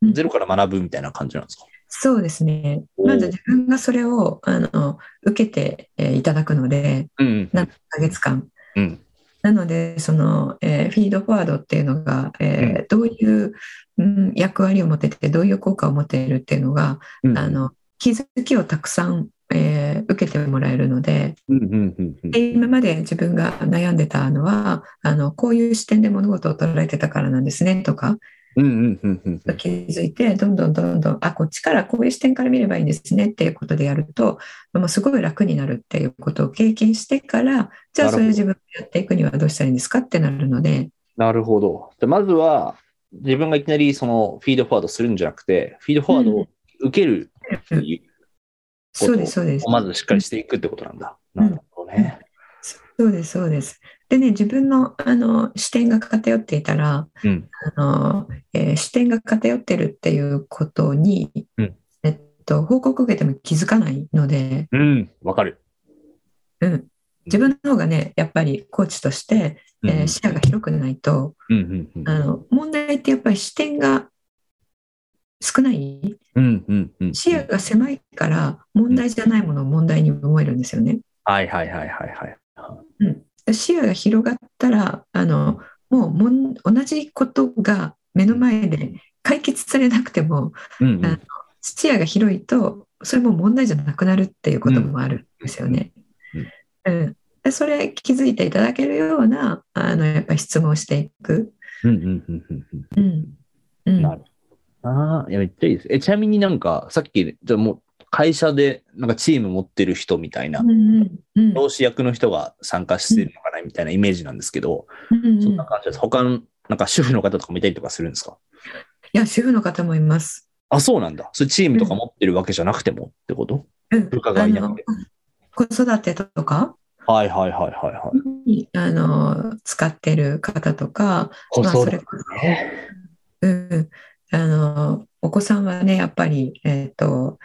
Speaker 2: うん
Speaker 3: ゼロから学ぶみたいな感じなんですか、
Speaker 2: そうですね。
Speaker 3: おー
Speaker 2: まず自分がそれをあの受けてえーいただくので、
Speaker 3: うん。
Speaker 2: 何ヶ月間。
Speaker 3: うん。
Speaker 2: なので、その、えーフィードフォワードっていうのが、えーどういう、うん、役割を持ってて、どういう効果を持っているっていうのが、
Speaker 3: うん
Speaker 2: あ、の気づきをたくさん、えー受けてもらえるので、
Speaker 3: うんうんうんうん
Speaker 2: で今まで自分が悩んでたのはあの、こういう視点で物事を捉えてたからなんですねとか、
Speaker 3: うんうんうんうんうん。
Speaker 2: 気づいてどんどんどんどんあこっちからこういう視点から見ればいいんですねっていうことでやると、まあ、すごい楽になるっていうことを経験してからじゃあ
Speaker 3: なるほど
Speaker 2: それ自分でやっていくにはどうしたらいいんですかってなるので
Speaker 3: なるほど。でまずは、自分がいきなりそのフィードフォワードするんじゃなくて、フィードフォワードを受けるっていうこと
Speaker 2: そうですそうです
Speaker 3: まずしっかりしていくってことなんだ。
Speaker 2: うん
Speaker 3: なるほどね。
Speaker 2: そうですそうですでね自分のあの視点が偏っていたら
Speaker 3: うん。
Speaker 2: あの、えー視点が偏ってるっていうことに、
Speaker 3: うん
Speaker 2: えっと、報告を受けても気づかないので、
Speaker 3: うん。わかる。
Speaker 2: うん、自分の方がねやっぱりコーチとして、
Speaker 3: うん
Speaker 2: えー視野が広くないと、
Speaker 3: うんうんうん
Speaker 2: あの問題ってやっぱり視点が少ない
Speaker 3: うんうんうん。
Speaker 2: 視野が狭いから問題じゃないものを問題に思えるんですよね。
Speaker 3: はいはいはいはいはい。
Speaker 2: 視野が広がったらあのもうもん同じことが目の前で解決されなくても
Speaker 3: うんうん
Speaker 2: あ視野が広いとそれも問題じゃなくなるっていうこともあるんですよね。うん、でそれ気づいていただけるようなあのやっぱり質問をしていく。
Speaker 3: うんうんうんうんうん。
Speaker 2: うんうん
Speaker 3: なるほどな。ああ、いや、めっちゃいいです。え、ちなみになんか、さっき、じゃあもう、会社で、なんかチーム持ってる人みたいな
Speaker 2: う、んうん
Speaker 3: 同志役の人が参加してるのかな、みたいなイメージなんですけど、
Speaker 2: うん
Speaker 3: そんな感じです。他の、なんか主婦の方とかもいたりとかするんですか
Speaker 2: いや、主婦の方もいます。
Speaker 3: あ、そうなんだ。それチームとか持ってるわけじゃなくてもってこと
Speaker 2: うん
Speaker 3: 部下がいなくて。
Speaker 2: 子育てとか
Speaker 3: はいはいはいはいはい。
Speaker 2: にあの使ってる方とか、
Speaker 3: 子
Speaker 2: まあ、
Speaker 3: 育
Speaker 2: そ
Speaker 3: て
Speaker 2: れこ
Speaker 3: ね。
Speaker 2: そ、うん、あのお子さんはねやっぱり、えー、と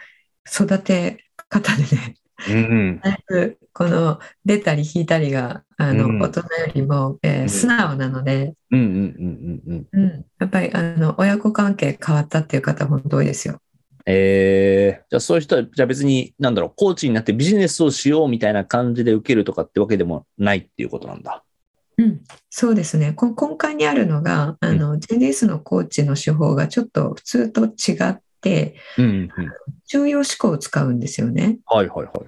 Speaker 2: 育て方でね
Speaker 3: うん。
Speaker 2: だいぶこの出たり引いたりがあの、
Speaker 3: うん
Speaker 2: 大人よりも、えー
Speaker 3: うん
Speaker 2: 素直なので、
Speaker 3: うんうんうんうんうん。
Speaker 2: うん、やっぱりあの親子関係変わったっていう方本当多いですよ。
Speaker 3: えー、じゃあそういう人は、じゃあ別に、なんだろう、コーチになってビジネスをしようみたいな感じで受けるとかってわけでもないっていうことなんだ。
Speaker 2: うん、そうですね。こ根幹にあるのが、あの、JDS のコーチの手法がちょっと普通と違って、
Speaker 3: うんうんうん。
Speaker 2: 重要思考を使うんですよね。
Speaker 3: はいはいはい。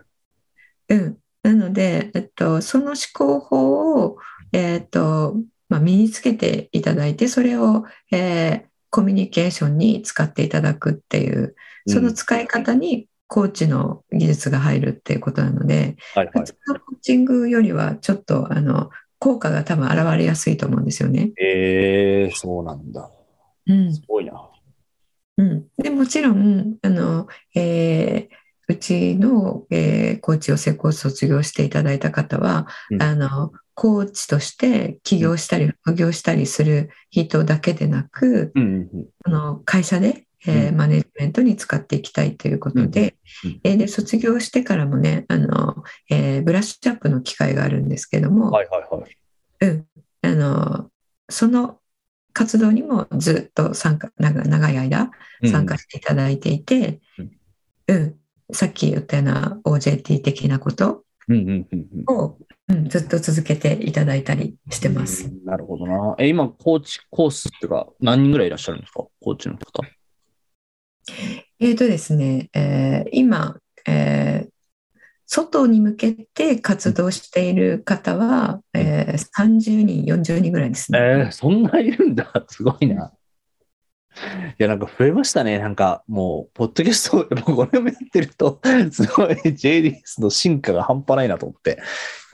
Speaker 2: うん、なので、えっと、その思考法を、えっとまあ、身につけていただいてそれを、えーコミュニケーションに使っていただくっていう
Speaker 3: うん
Speaker 2: その使い方にコーチの技術が入るっていうことなので、
Speaker 3: はいは
Speaker 2: 普通のコーチングよりはちょっとあの効果が多分現れやすいと思うんですよね。
Speaker 3: い。えー、そうなんだ。
Speaker 2: うん
Speaker 3: すごいな。
Speaker 2: うん、でもちろんあの、えーうちの、えーコーチ養成コースを卒業していただいた方は、
Speaker 3: うん
Speaker 2: あのコーチとして起業したり副業したりする人だけでなく
Speaker 3: うんうんうん。
Speaker 2: あの会社で、えー
Speaker 3: うん
Speaker 2: マネジメントに使っていきたいということで,、
Speaker 3: うんうん
Speaker 2: えーで卒業してからもねあの、えーブラッシュアップの機会があるんですけども、
Speaker 3: はいはいはい。
Speaker 2: うん、あのその活動にもずっと参加長長い間参加していただいていて、
Speaker 3: うん
Speaker 2: うん、さっき言ったような OJT 的なこと
Speaker 3: うんうんうんうん。
Speaker 2: を、うん、ずっと続けていただいたりしてます。
Speaker 3: うん。なるほどな。え、今、コーチコースっていうか、何人ぐらいいらっしゃるんですかコーチの方。
Speaker 2: えーとですね、えー今、えー外に向けて活動している方は、えー30人、40人ぐらいですね。
Speaker 3: えー、そんないるんだ。すごいな。いや、なんか増えましたね。なんかもう、ポッドキャスト、やっ ぱこれもやってると、 すごい J リースの進化が半端ないなと思って。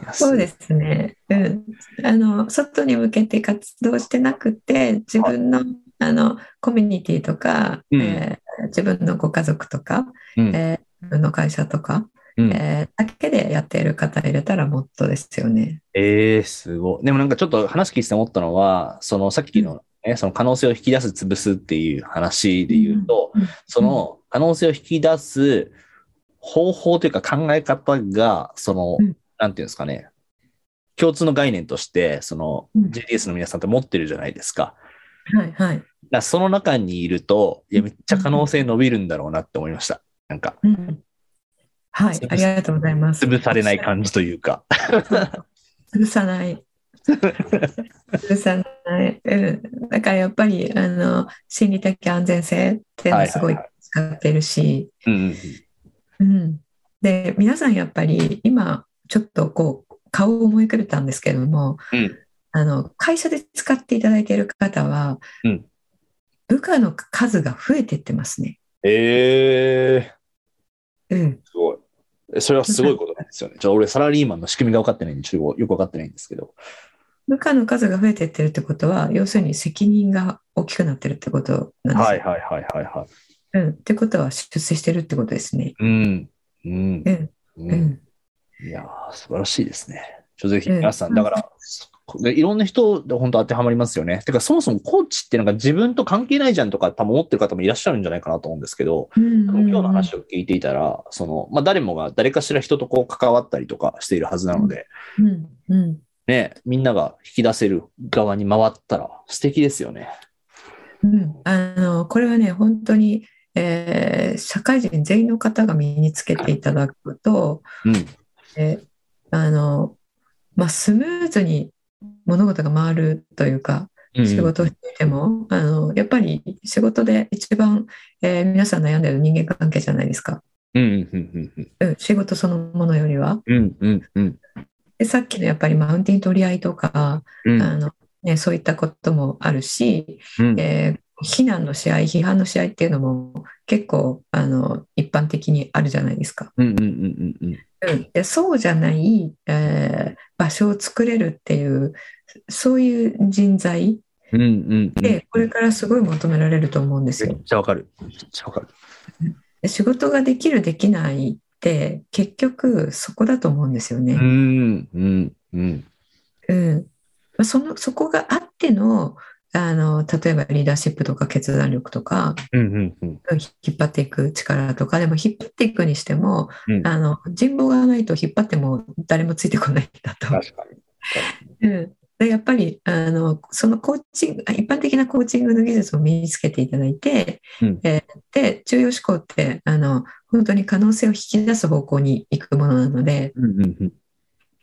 Speaker 3: いや
Speaker 2: そうで。すね。うん。あの、外に向けて活動してなくて、自分の、あの、コミュニティとか、
Speaker 3: うん
Speaker 2: えー自分のご家族とか、
Speaker 3: うん
Speaker 2: えー自分の会社とか、
Speaker 3: うん
Speaker 2: えーだけでやっている方入れたらもっとですよね。
Speaker 3: ええすごい。でもなんかちょっと話聞いてて思ったのは、そのさっきの、ね、その可能性を引き出す、潰すっていう話で言うと、
Speaker 2: うんうん
Speaker 3: その可能性を引き出す方法というか考え方が、その、
Speaker 2: うん
Speaker 3: なんていうんですかね、共通の概念として、その
Speaker 2: うん
Speaker 3: JDS の皆さんって持ってるじゃないですか。
Speaker 2: はいはい。
Speaker 3: だからその中にいると、いや、めっちゃ可能性伸びるんだろうなって思いました。なんか、
Speaker 2: うんはい
Speaker 3: 潰、す
Speaker 2: ありがとうございます。
Speaker 3: 潰されない感じというか。
Speaker 2: 潰さ ない。潰さない。うん。だからやっぱり、あの、心理的安全性っていうのをすごい
Speaker 3: はいは
Speaker 2: 使ってるし、
Speaker 3: うんうんうん。
Speaker 2: うん。で、皆さんやっぱり今、ちょっとこう、顔を思い浮かべたんですけども、
Speaker 3: うん
Speaker 2: あの、会社で使っていただいている方は、
Speaker 3: うん
Speaker 2: 部下の数が増えていってますね。
Speaker 3: ええ
Speaker 2: うん。
Speaker 3: すごい。えそれはすごいことなんですよね。 ちょ俺、サラリーマンの仕組みが分かってないんで、ちょっとよく分かってないんですけど。
Speaker 2: 部下の数が増えていってるってことは、要するに責任が大きくなってるってことなんですよ。
Speaker 3: はいはいはいはいはい。
Speaker 2: うん、ってことは出世してるってことですね。
Speaker 3: うん。うん
Speaker 2: う。ん、
Speaker 3: う、
Speaker 2: うんん、
Speaker 3: いやー、素晴らしいですね。ちょぜひ
Speaker 2: うん
Speaker 3: 皆さん、だから、そでいろんな人で本当当てはまりますよね。てか、そもそもコーチってなんか自分と関係ないじゃんとか、多分思ってる方もいらっしゃるんじゃないかなと思うんですけど、
Speaker 2: うん
Speaker 3: 多分今日の話を聞いていたら、その、まあ、誰もが、誰かしら人とこう関わったりとかしているはずなので、
Speaker 2: うん、うん、
Speaker 3: ね、みんなが引き出せる側に回ったら素敵ですよね。
Speaker 2: うん、あの、これはね、本当に、えー社会人全員の方が身につけていただくと、
Speaker 3: うん。
Speaker 2: えーあの、まあ、スムーズに物事が回るというか、
Speaker 3: うん
Speaker 2: 仕事をしていても、あの、やっぱり仕事で一番、えー皆さん悩んでる人間関係じゃないですか。
Speaker 3: うんうんうんうん
Speaker 2: うん、仕事そのものよりは。
Speaker 3: うんうんうん
Speaker 2: で、さっきのやっぱりマウンティン取り合いとか、
Speaker 3: うん
Speaker 2: あのね、そういったこともあるし、
Speaker 3: うん
Speaker 2: えー非難の試合、批判の試合っていうのも結構あの一般的にあるじゃないですか。
Speaker 3: うんうんうんうん
Speaker 2: うん、でそうじゃない、えー場所を作れるっていうそういう人材
Speaker 3: うんうんうん
Speaker 2: でこれからすごい求められると思うんです
Speaker 3: め
Speaker 2: よ
Speaker 3: っ。ちゃわかる。めっちゃわかる。
Speaker 2: で仕事ができるできないって結局そこだと思うんですよね。
Speaker 3: うんうんうん
Speaker 2: うんまあそのそこがあってのあの例えばリーダーシップとか決断力とか
Speaker 3: うんうんうん
Speaker 2: うん引っ張っていく力とかでも引っ張っていくにしても、
Speaker 3: うん
Speaker 2: あの人望がないと引っ張っても誰もついてこないんだと。
Speaker 3: 確かに。
Speaker 2: うんでやっぱりあのそのコーチング一般的なコーチングの技術を身につけていただいて、
Speaker 3: うん
Speaker 2: えーで重要思考ってあの本当に可能性を引き出す方向に行くものなので、
Speaker 3: うんうんうん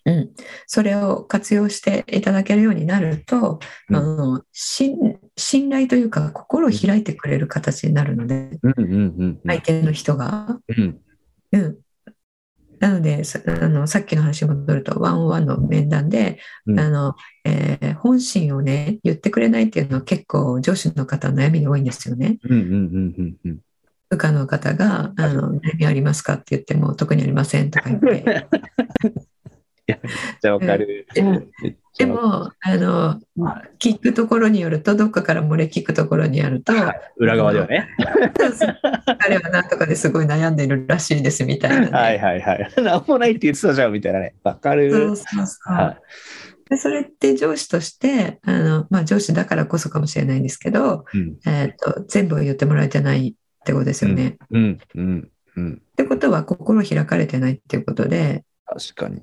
Speaker 2: うん、それを活用していただけるようになると、
Speaker 3: うん
Speaker 2: あの信信頼というか心を開いてくれる形になるので
Speaker 3: うんうんうん
Speaker 2: 相手の人が。
Speaker 3: うん
Speaker 2: うん。なので、さあのさっきの話に戻ると、ワンオンワンの面談で、
Speaker 3: うん
Speaker 2: あのえー本心をね、言ってくれないっていうのは結構上司の方の悩みに多いんですよね。
Speaker 3: うんうんうんうん
Speaker 2: 部下の方が、あの悩みありますかって言っても、特にありませんとか言っ
Speaker 3: うん。い
Speaker 2: て。
Speaker 3: やめっちゃわかる。
Speaker 2: うん
Speaker 3: めっ
Speaker 2: で
Speaker 3: ちゃわか
Speaker 2: もあの、
Speaker 3: は
Speaker 2: 聞くところによると、どっかから漏れ聞くところによると、
Speaker 3: る、はい裏側ではね。
Speaker 2: 彼はなんとかですごい悩んでるらしいですみたいなね、
Speaker 3: はいはいはい。なんもないって言ってたじゃんみたいなね。わか
Speaker 2: そ
Speaker 3: る
Speaker 2: う。そうそう。
Speaker 3: は
Speaker 2: でそれって上司としてあの、まあ、上司だからこそかもしれないんですけど、
Speaker 3: い。うん
Speaker 2: えー、と全部を言ってもらえてないってことですよね。っ
Speaker 3: うんうんうん。
Speaker 2: てことは心を開かれてないっていうことで、
Speaker 3: 確かに。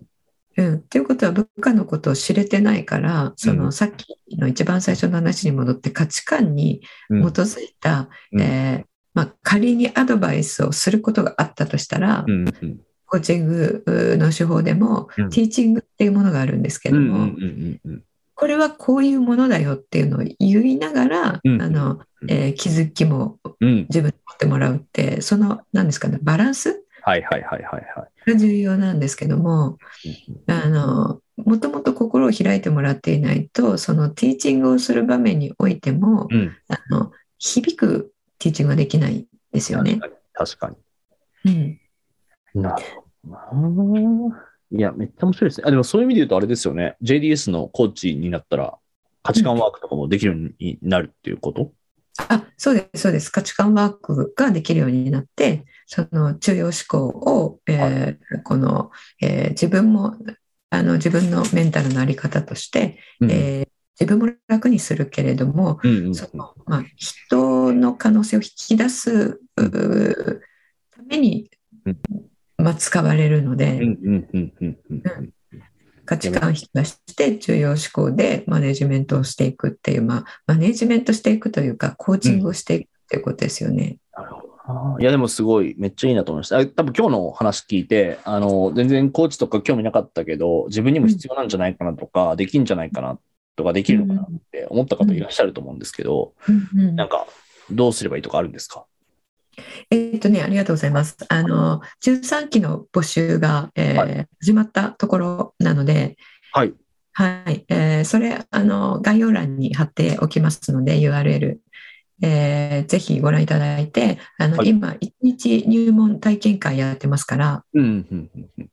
Speaker 2: うん、っていうことは部下のことを知れてないからそうの
Speaker 3: ん
Speaker 2: さっきの一番最初の話に戻って価値観に基
Speaker 3: うん
Speaker 2: づいた、
Speaker 3: うん
Speaker 2: えーまあ、仮にアドバイスをすることがあったとしたら、
Speaker 3: うんうん
Speaker 2: コーチングの手法でも、
Speaker 3: うん
Speaker 2: ティーチングっていうものがあるんですけ
Speaker 3: う
Speaker 2: ど
Speaker 3: んうん
Speaker 2: も。
Speaker 3: うんうん
Speaker 2: これはこういうものだよっていうのを言いながら、
Speaker 3: うん
Speaker 2: あのえー気づきも
Speaker 3: うん。
Speaker 2: 自分で持ってもらうってその何ですかねバランス
Speaker 3: はいはいはいはいは
Speaker 2: が重要なんですけども
Speaker 3: い。
Speaker 2: あのもともと心を開いてもらっていないとそのティーチングをする場面においても
Speaker 3: うん
Speaker 2: あの響くティーチングができないんですよね。
Speaker 3: 確かに。
Speaker 2: うん、
Speaker 3: なるほどな。いや、めっちゃ面白いですね。あでもそういう意味で言うと、あれですよね。JDS のコーチになったら、価値観ワークとかもできるようになるっていうこと、
Speaker 2: あそうですそうです価値観ワークができるようになってその中央思考を、えーこの、えー自分もあの自分のメンタルの在り方として、
Speaker 3: うん
Speaker 2: えー自分も楽にするけれども、
Speaker 3: うんうんうん
Speaker 2: そのまあ、人の可能性を引き出すうーために
Speaker 3: うん、
Speaker 2: まあ、使われるので、
Speaker 3: うんうんうんうんうんうん
Speaker 2: 価値観を引き出して重要思考でマネジメントをしていくっていう、まあ、マネジメントしていくというかコーチングをしていくっていうことですよね。
Speaker 3: なるほどな。いや、でもすごい、めっちゃいいなと思いました。あ多分今日の話聞いて、あの、全然コーチとか興味なかったけど、自分にも必要なんじゃないかなとか、できんじゃないかなとか、できるのかなって思った方いらっしゃると思うんですけど、
Speaker 2: うんうん
Speaker 3: なんか、どうすればいいとかあるんですか
Speaker 2: えっとね、ありがとうございます。あの13期の募集が、えー
Speaker 3: は
Speaker 2: 始まったところなので、
Speaker 3: はい。
Speaker 2: はい、えーそれあの概要欄に貼っておきますので URL、えーぜひご覧いただいてあの、
Speaker 3: はい
Speaker 2: 今1日入門体験会やってますから
Speaker 3: うんうんうんうん。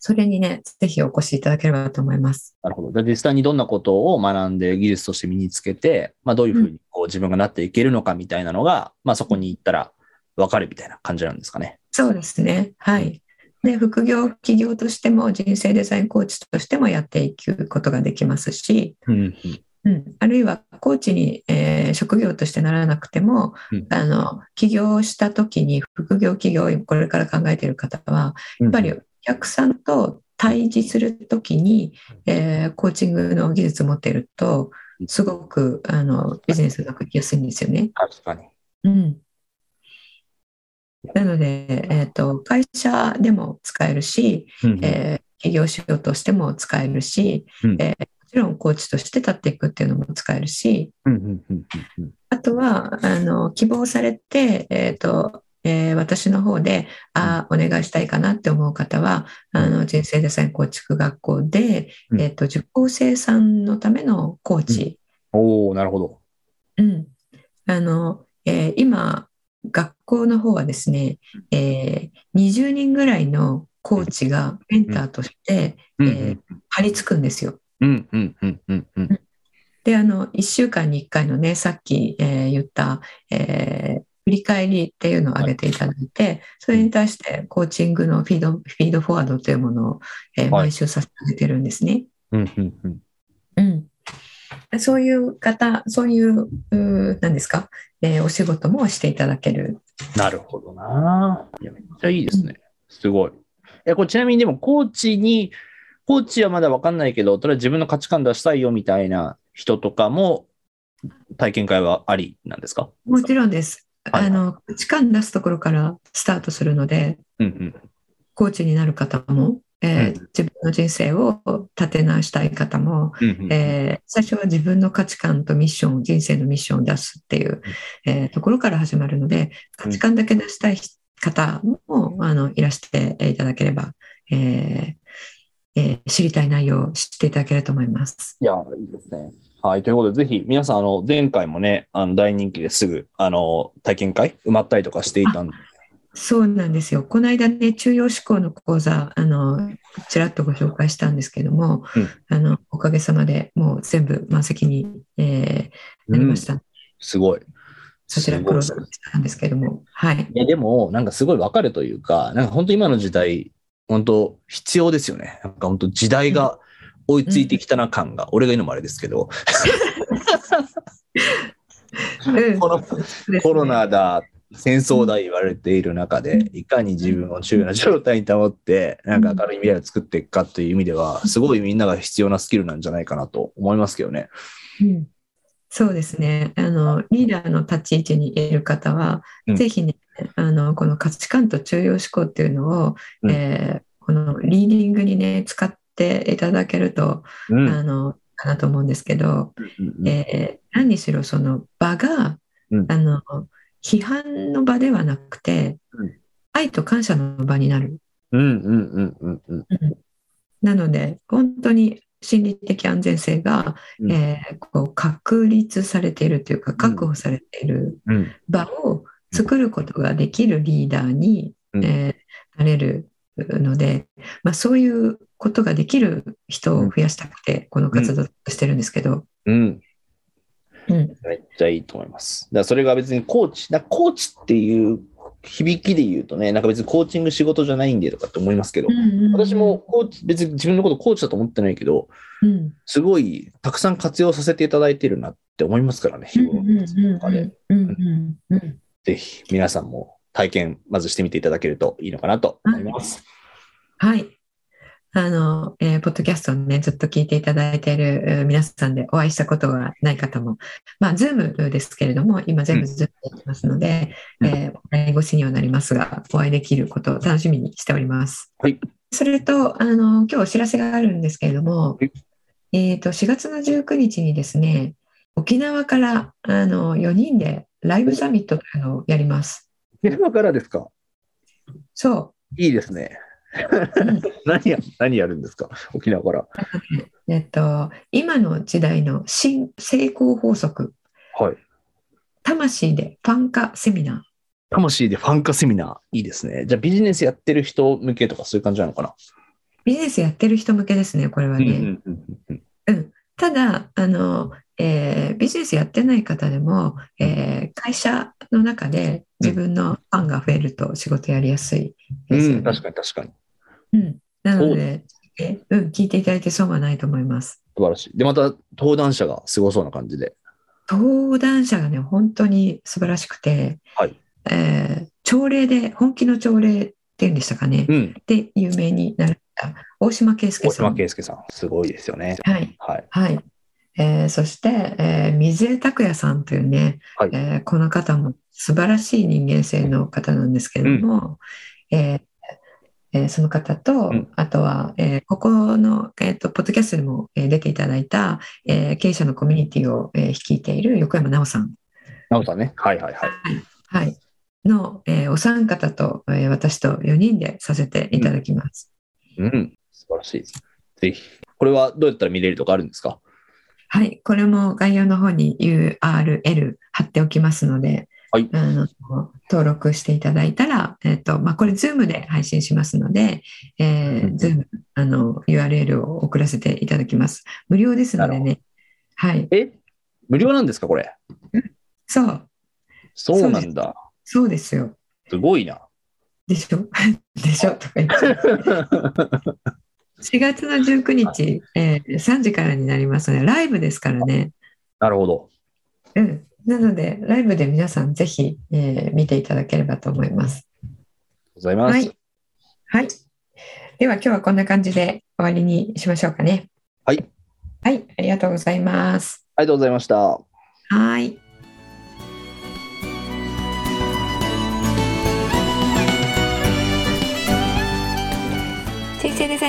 Speaker 2: それにねぜひお越しいただければと思います。
Speaker 3: なるほど。で実際にどんなことを学んで技術として身につけて、まあ、どういうふうにこう自分がなっていけるのかみたいなのが、まあ、そこに行ったら分かるみたいな感じなんですかね。
Speaker 2: そうですね、はいで副業起業としても人生デザインコーチとしてもやっていくことができますし、
Speaker 3: うん
Speaker 2: うん、あるいはコーチに、えー職業としてならなくても、
Speaker 3: うん
Speaker 2: あの起業した時に副業起業をこれから考えている方は
Speaker 3: や
Speaker 2: やっぱりお客さんと対峙する時に、えーコーチングの技術を持っているとすごくあのビジネスが書きやすいんですよね。
Speaker 3: 確かに。
Speaker 2: うん、なので、えー、と会社でも使えるし、えー起業しようとしても使えるし、
Speaker 3: うん
Speaker 2: えーもちろんコーチとして立っていくっていうのも使えるし、
Speaker 3: うんうんうんうん
Speaker 2: あとはあの希望されて、えーとえー私の方であーお願いしたいかなって思う方はあの人生デザイン構築学校で、
Speaker 3: うん
Speaker 2: えー、と受講生さんのためのコーチ、
Speaker 3: おおなるほど。
Speaker 2: うんあのえー今学校の方はですね、えー20人ぐらいのコーチがメンターとして
Speaker 3: うん
Speaker 2: え張り付くんですよ。
Speaker 3: うんうんうんうんうん
Speaker 2: であの1週間に1回のねさっき、えー言った、えー振り返りっていうのを上げていただいて、それに対してコーチングのフィードフィードフォワードというものを、えー
Speaker 3: い
Speaker 2: 毎週させてあげてるんですね。
Speaker 3: うんうんうん
Speaker 2: うん、そういう方そういううー何ですか、えーお仕事もしていただける。
Speaker 3: なるほどな。いや、めっちゃいいですね。すごい。え、これちなみにでも、コーチに、コーチはまだわかんないけど、とりあえず自分の価値観出したいよみたいな人とかも、体験会はありなんですか
Speaker 2: もちろんです。
Speaker 3: はい
Speaker 2: あの価値観出すところからスタートするので
Speaker 3: うん
Speaker 2: コーチになる方も、えー
Speaker 3: うん
Speaker 2: 自分の人生を立て直したい方も
Speaker 3: うんうんうん
Speaker 2: えー最初は自分の価値観とミッション人生のミッションを出すっていう、えーところから始まるので価値観だけ出したい方もあのいらしていただければ、えーえー知りたい内容を知っていただけると思います。
Speaker 3: いや、いいですね。はい。ということで、ぜひ、皆さん、あの、前回もね、あの、大人気ですぐ、あの、体験会埋まったりとかしていたんで。
Speaker 2: そうなんですよこの間ね中央思考の講座あのちらっとご紹介したんですけども、
Speaker 3: うん
Speaker 2: あのおかげさまでもう全部満席に、えーなりました、
Speaker 3: すごい。
Speaker 2: そちら
Speaker 3: す
Speaker 2: 黒
Speaker 3: ごい
Speaker 2: 田したんですけどもはい
Speaker 3: いや、でも、なんかすごいわかるというか、なんか本当今の時代、本当必要ですよね。なんか本当時代が追いついてきたな感が、俺が言うのもあれですけど、
Speaker 2: うん
Speaker 3: この
Speaker 2: そうですね
Speaker 3: コロナだ、戦争だ言われている中で、いかに自分を中央な状態に保って、なんか明るい未来を作っていくかっていう意味では、すごいみんなが必要なスキルなんじゃないかなと思いますけどね。
Speaker 2: うんそうですねあのリーダーの立ち位置にいる方は、
Speaker 3: うん
Speaker 2: ぜひねあのこの価値観と中央思考っていうのを、
Speaker 3: うん
Speaker 2: えーこのリーディングにね使っていただけると、
Speaker 3: うん。
Speaker 2: あのいいかなと思うんですけど、えー何にしろその場が、
Speaker 3: うん
Speaker 2: あの批判の場ではなくて、
Speaker 3: うん
Speaker 2: 愛と感謝の場になる
Speaker 3: うんうんうんうんうん。
Speaker 2: なので本当に心理的安全性が、
Speaker 3: うん
Speaker 2: えーこう確立されているというか確保されている
Speaker 3: うん。
Speaker 2: 場を作ることができるリーダーに、
Speaker 3: うん
Speaker 2: えーなれるので、まあ、そういうことができる人を増やしたくてこの活動をしてるんですけど、
Speaker 3: うん。
Speaker 2: うん
Speaker 3: めっちゃいいと思います。だからそれが別にコーチ、なんかコーチっていう響きで言うとね、なんか別にコーチング仕事じゃないんでとかって思いますけど、私も、コーチ、別に自分のことコーチだと思ってないけど、
Speaker 2: うん
Speaker 3: すごいたくさん活用させていただいてるなって思いますからね、日頃の活動とかで。
Speaker 2: うんうんうん
Speaker 3: ぜひ皆さんも体験、まずしてみていただけるといいのかなと思います。
Speaker 2: はい。あの、えーポッドキャストをね、ずっと聞いていただいているえー皆さんでお会いしたことがない方も、まあ、ズームですけれども、今全
Speaker 3: うん
Speaker 2: 部ズームできますので、
Speaker 3: うん
Speaker 2: えー、オンライン越しにはなりますが、お会いできることを楽しみにしております。
Speaker 3: はい。
Speaker 2: それと、あの、今日お知らせがあるんですけれども
Speaker 3: はい、
Speaker 2: えっと、4月の19日にですね、沖縄から、あの、4人でライブサミットというのをやります。
Speaker 3: 今からですか
Speaker 2: そう。
Speaker 3: いいですね。
Speaker 2: ん
Speaker 3: 何や、何やるんですか沖縄から。
Speaker 2: えっと、今の時代の新成功法則、
Speaker 3: はい。
Speaker 2: 魂でファン化セミナ
Speaker 3: 魂でファン化セミナー、いいですね。じゃあビジネスやってる人向けとかそういう感じなのかな、
Speaker 2: ー。ビジネスやってる人向けですね、これはね。
Speaker 3: うんうんうんうん
Speaker 2: ただあの、えービジネスやってない方でも、えー会社の中で自分のファンが増えると仕事やりやすいですよ
Speaker 3: う
Speaker 2: ね
Speaker 3: ん、確かに確かに。
Speaker 2: うんな
Speaker 3: そ
Speaker 2: の
Speaker 3: う
Speaker 2: で、えーうん、聞いていただいて損はないと思います。
Speaker 3: 素晴らしい。で、また登壇者がすごそうな感じで。
Speaker 2: 登壇者がね、本当に素晴らしくて、
Speaker 3: はい
Speaker 2: えー朝礼で、本気の朝礼っていうんでしたかね。
Speaker 3: うん。
Speaker 2: で有名になられた大島圭介
Speaker 3: 大
Speaker 2: さ
Speaker 3: 島
Speaker 2: ん。
Speaker 3: 圭介さん、すごいですよね。
Speaker 2: はい
Speaker 3: はい。
Speaker 2: はいえーそして、えー水江拓也さんというね、
Speaker 3: はい
Speaker 2: えーこの方も素晴らしい人間性の方なんですけれども、えーえーその方と、
Speaker 3: うん
Speaker 2: あとは、えーここの、えー、とポッドキャストにも、えー出ていただいた、えー経営者のコミュニティを、えー率いている横山奈緒さん、
Speaker 3: なおさんね。はいはいはい。
Speaker 2: はい、の、えーお三方と、えー私と4人でさせていただきます。
Speaker 3: うん。素晴らしいです。ぜひ。これはどうやったら見れるとかあるんですか
Speaker 2: はい、これも概要の方に URL 貼っておきますので、
Speaker 3: はい
Speaker 2: あの登録していただいたら、えっとまあ、これ Zoom で配信しますので、え
Speaker 3: う
Speaker 2: ー、
Speaker 3: ん
Speaker 2: Zoom あの URL を送らせていただきます。無料ですので
Speaker 3: な
Speaker 2: ね。はい、
Speaker 3: え無料なんですかこれ。
Speaker 2: そう、
Speaker 3: そうなんだ。
Speaker 2: そうですよ。
Speaker 3: すご いな。
Speaker 2: でしょ でしょとか言って。4月の19日、えー3時からになりますので、ライブですからね。
Speaker 3: なるほど。
Speaker 2: うん、なので、ライブで皆さんぜひ、えー見ていただければと思います。
Speaker 3: ございます。
Speaker 2: はい。はい。では今日はこんな感じで終わりにしましょうかね。
Speaker 3: はい。
Speaker 2: はい、ありがとうございます。
Speaker 3: ありがとうございました。
Speaker 2: はい。人生デザ